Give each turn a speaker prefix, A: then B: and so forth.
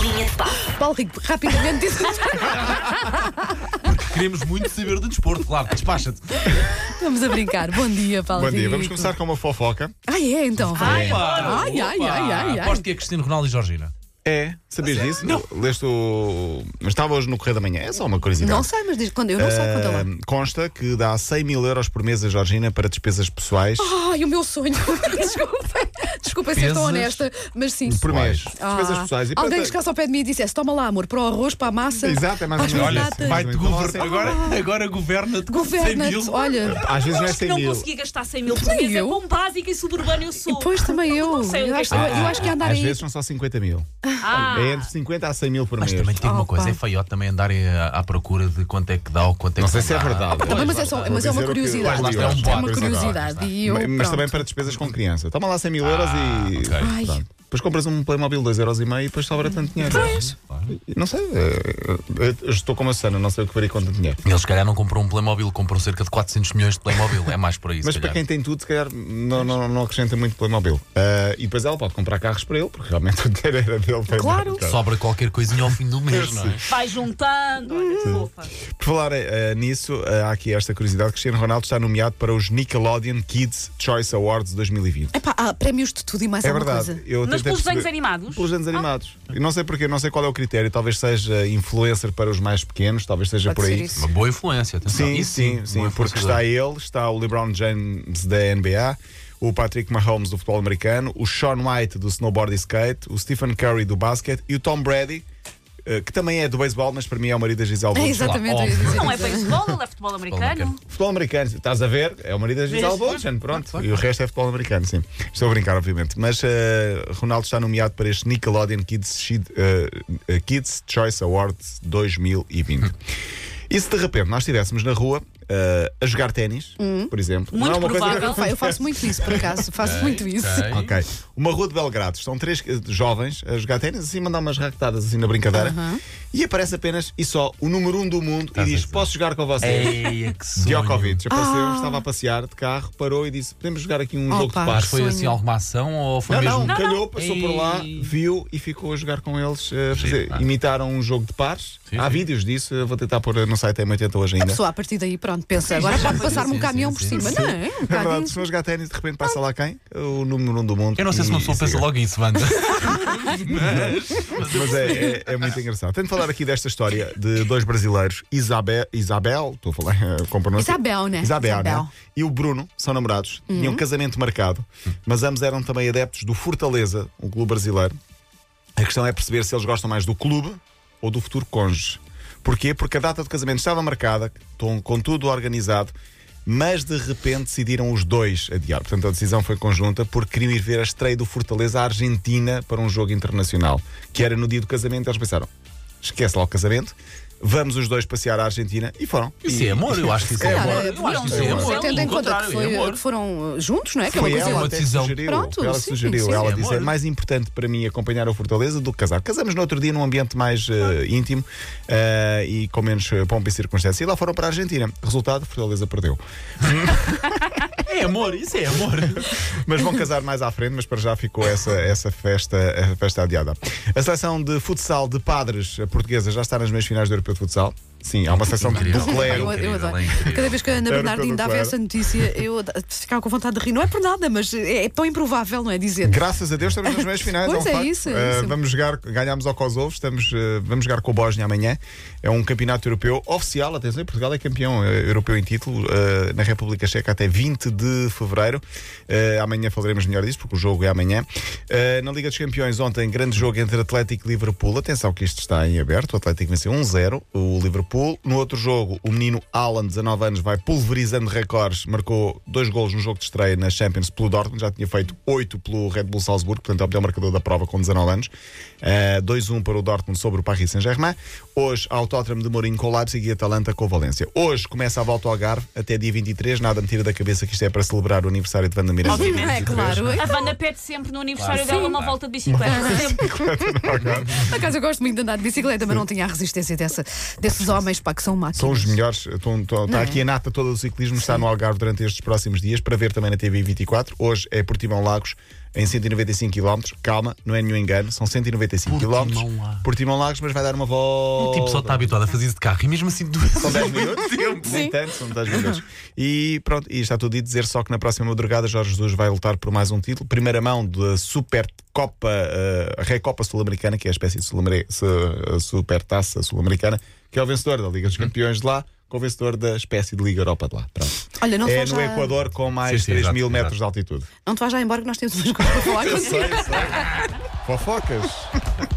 A: Vinha de papo.
B: Paulo Rico, rapidamente disse.
C: Queremos muito saber do desporto, claro, despacha-te.
B: Vamos a brincar. Bom dia, Paulo
D: Bom dia,
B: Rico.
D: vamos começar com uma fofoca.
B: Ah, é, então. Vai.
C: Opa,
B: Ai, ai,
C: opa.
B: ai, ai, ai.
C: Aposto que é Cristiano Ronaldo e Georgina.
D: É, sabias disso? Não. Leste o. Mas estava hoje no Correio da Manhã, é só uma curiosidade.
B: Não sei, mas diz quando eu não sei quando lá.
D: Ah, consta que dá 100 mil euros por mês a Georgina para despesas pessoais
B: Ai, o meu sonho. Desculpem. Desculpem ser tão
C: Pesas?
B: honesta, mas sim.
D: por mês.
B: Ah,
D: Despesas pessoais. E pronto,
B: alguém chegasse ao pé de mim e dissesse: Toma lá, amor, para o arroz, para a massa.
D: Exato, é mais ou
B: às
D: menos
C: Olha,
D: Exato.
B: batatas.
C: vai-te
D: Então
C: governar.
D: você-
C: Agora, agora governa-te com 100
B: Governa-te,
C: mil.
B: olha.
D: Às vezes não é
A: Acho que
D: 100
A: não
D: mil.
A: conseguia gastar 100 mil por mês. É
B: eu.
A: quão básica e suburbana eu sou.
B: Pois também eu.
A: Não sei o
B: eu,
A: que é
B: acho,
A: que-
B: eu- eu acho que é andar
D: Às
B: aí.
D: vezes são só 50 mil.
A: Ah,
D: É entre 50 a 100 mil por
C: Mas
D: mês.
C: também tem uma
B: Opa.
C: coisa, é feiote também andarem à, à procura de quanto é que dá ou quanto é
D: Não
C: que
D: sei se é
C: dá.
D: verdade.
B: Também, mas é, só- mas é uma
D: Vou dizer o que-
B: curiosidade.
C: Lá está, é um
B: é uma
C: bote.
B: curiosidade. E eu,
D: mas
B: pronto.
D: também para despesas com criança. Toma lá 100 mil euros e.
C: Ah, ok.
B: Ai.
D: Pronto. Depois compras um Playmobil 2,5€ e depois sobra tanto dinheiro. Não sei. eh, eu estou com uma Sana, não sei o que faria com tanto dinheiro.
C: Eles, se calhar, não compram um Playmobil, compram cerca de 400 milhões de Playmobil. É mais por aí, se
D: Mas para
C: calhar.
D: quem tem tudo, se calhar não, não, não acrescenta muito Playmobil. Ah, e depois ela pode comprar carros para ele, porque realmente o dinheiro era dele. para
B: Claro.
D: dar, então.
C: Sobra qualquer coisinha ao fim do mês, não é?
A: vai juntando. Olha, que
D: Hum.
A: fofa.
D: Por falar eh, nisso, eh, há aqui esta curiosidade: Cristiano Ronaldo está nomeado para os Nickelodeon Kids Choice Awards 2020.
B: Epá, há prémios de tudo e mais
D: É
B: alguma
D: verdade.
B: coisa.
D: Eu
A: Mas
D: tentei
A: pelos desenhos
D: perceber-
A: animados?
D: Pelos desenhos animados. Eu não sei porquê, não sei qual é o critério. Talvez seja influencer para os mais pequenos, talvez seja
B: Pode
D: por aí.
B: ser isso.
C: Uma boa influência, atenção.
D: Sim,
C: Isso
D: sim, sim,
C: boa
D: porque
C: influenciadora.
D: está ele, está o LeBron James da NBA, o Patrick Mahomes do futebol americano, o Sean White do snowboard e skate, o Stephen Curry do basquete e o Tom Brady, eh, que também é do beisebol, mas para mim é o marido da Gisele
B: É
D: Bundchen.
B: exatamente.
C: lá,
B: eu ia dizer
A: Não é
B: isso.
A: beisebol, ele é futebol americano.
D: Futebol americano, estás a ver? É o marido da Gisele Bundchen, pronto. E o resto é futebol americano, sim. Estou a brincar, obviamente. Mas eh, Ronaldo está nomeado para este Nickelodeon Kids, Shid- eh, eh, Kids Choice Awards 2020. E se de repente nós estivéssemos na rua eh, a jogar ténis, por exemplo,
A: Hum. Muito
D: não é uma coisa que
A: provável.
B: Eu fa- Eu faço muito isso, por acaso. Faço muito isso.
C: Ok.
D: Ok. Uma rua de Belgrado. Estão três eh, jovens a jogar ténis, assim, mandar umas raquetadas assim na brincadeira. E aparece apenas e só o número um do mundo e
C: a
D: diz:
C: dizer.
D: Posso jogar com vocês?
C: Eia, é que sonho. Ah.
D: Djokovic apareceu, estava a passear de carro, parou e disse: Podemos jogar aqui um
B: Oh,
D: jogo
B: pá.
D: de
C: Mas
D: paz.
C: foi
B: Sonho.
C: assim alguma ação ou foi
D: Não,
C: mesmo.
D: não, calhou, passou por lá,
C: Ei.
D: viu e ficou a jogar com eles. eh, a fazer-
C: pá.
D: imitaram um jogo de pares.
C: Sim, um
D: Há
C: sim.
D: vídeos disso, eu vou tentar pôr no site M80 hoje
B: A
D: ainda.
B: pessoa a partir daí, pronto, pensa, agora pode passar-me um
C: sim,
B: caminhão
C: sim,
B: por
C: sim,
B: cima. Não é? Um
D: É verdade,
B: bocadinho.
D: se vão jogar ténis, de repente passa lá quem? O número um do mundo.
C: Eu não sei se uma
D: E-
C: pessoa
D: e
C: pensa
D: siga.
C: logo isso, é Wanda.
D: Mas é, é- é muito engraçado. Tenho de falar aqui desta história de dois brasileiros, Isabel, Isabel estou a falar eh, com pronúncia.
B: Isabel, né?
D: Isabel,
B: Isabel. Uhum.
D: né? E o Bruno são namorados, tinham um casamento marcado, mas ambos eram também adeptos do Fortaleza, um clube brasileiro. A questão é perceber se eles gostam mais do clube ou do futuro cônjuge. Porquê? Porque a data do casamento estava marcada, estão com tudo organizado, mas de repente decidiram os dois adiar. Portanto, a decisão foi conjunta porque queriam ir ver a estreia do Fortaleza à Argentina para um jogo internacional, que era no dia do casamento. Eles pensaram: esquece lá o casamento, vamos os dois passear à Argentina e foram.
C: Isso
D: E-
C: é amor, eu acho que isso é
D: É
C: amor.
D: amor.
C: Eu acho que isso é
A: Não,
C: amor.
A: não.
B: eh, Tendo em
C: Pelo
B: conta que,
C: contrário, é
B: foi-
C: amor.
B: que foram uh, juntos, não é? Que é uma
D: Foi
B: coisa
D: ela
C: uma
D: até que
C: decisão.
D: sugeriu.
B: Pronto,
D: ela
B: sim,
D: sugeriu,
B: sim,
D: ela
C: é
D: disse:
C: amor.
D: é mais importante para mim acompanhar o Fortaleza do que casar. Casamos no outro dia num ambiente mais eh, íntimo eh, e com menos eh, pompa e circunstância. E lá foram para a Argentina. Resultado: Fortaleza perdeu.
C: É amor, isso é amor.
D: Mas vão casar mais à frente, mas para já ficou essa, essa festa, a festa adiada. A seleção de futsal de padres portuguesa já está nas meias finais do Europeu de Futsal. Sim, há uma seleção de
C: Incrível.
D: do clero.
B: Eu, eu
C: Incrível,
B: adoro.
C: é incrível.
B: Cada vez que a Ana
D: Era
B: Bernardino
D: pelo
B: dava
D: claro.
B: essa notícia, eu ad- ficava com vontade de rir. Não é por nada, mas é, é tão improvável, não é? Dizer.
D: Graças a Deus estamos nas meias finais.
B: Pois
D: é, um
B: é
D: facto.
B: isso, é
D: Eh,
B: isso.
D: Vamos jogar, ganhámos ao Kosovo, estamos, eh, vamos jogar com o Bósnia amanhã. É um campeonato europeu oficial, atenção, e Portugal é campeão eh, europeu em título eh, na República Checa até 20 de fevereiro. Eh, amanhã falaremos melhor disso, porque o jogo é amanhã. Eh, na Liga dos Campeões, ontem, grande jogo entre Atlético e Liverpool. Atenção que isto está em aberto. O Atlético venceu 1-0 o Liverpool. No outro jogo, o menino Alan, 19 anos, vai pulverizando recordes. Marcou dois golos no jogo de estreia na Champions pelo Dortmund. Já tinha feito 8 pelo Red Bull Salzburgo, portanto é o melhor marcador da prova com 19 anos. Eh, 2-1 para o Dortmund sobre o Paris Saint-Germain. Hoje, ao Tottenham de Mourinho com o Leipzig e Atalanta com o Valência. Hoje começa a volta ao Algarve até dia 23. Nada me tira da cabeça que isto é para celebrar o aniversário de Vanda Miranda.
B: Não é claro.
A: A banda pede sempre no aniversário
C: Claro,
A: dela uma
C: claro.
A: volta de bicicleta. Sempre.
B: Por acaso eu gosto muito de andar de bicicleta, mas não tinha a resistência dessa, desses homens, pá, que são máquinas.
D: São os melhores. Estão, estão- está aqui a nata toda do ciclismo, está no Algarve durante estes próximos dias, para ver também na TV 24. Hoje é Portimão Lagos, em 195 km. Calma, não é nenhum engano, são 195 km.
C: Portimão Lagos.
D: Portimão Lagos, mas vai dar uma volta.
C: O tipo só está habituado a fazer isso de carro e mesmo assim dura.
D: São 10 minutos? Nem tanto, são 10 minutos. E pronto, e está tudo dito. Dizer só que na próxima madrugada Jorge Jesus vai lutar por mais um título. Primeira mão da Super Copa, eh, Recopa Sul-Americana, que é a espécie de Sul-Ameri- se- Super Taça Sul-Americana, que é o vencedor da Liga dos Campeões de lá, com o vencedor da espécie de Liga Europa de lá. Pronto.
B: Olha, não te
D: É
B: vais
D: no
B: já.
D: Equador com mais
C: Sim, sim,
D: 3
C: exato,
D: mil
C: exato.
D: metros de altitude.
B: Não te vais já embora que nós temos umas coisas para falar contigo.
D: Fofocas.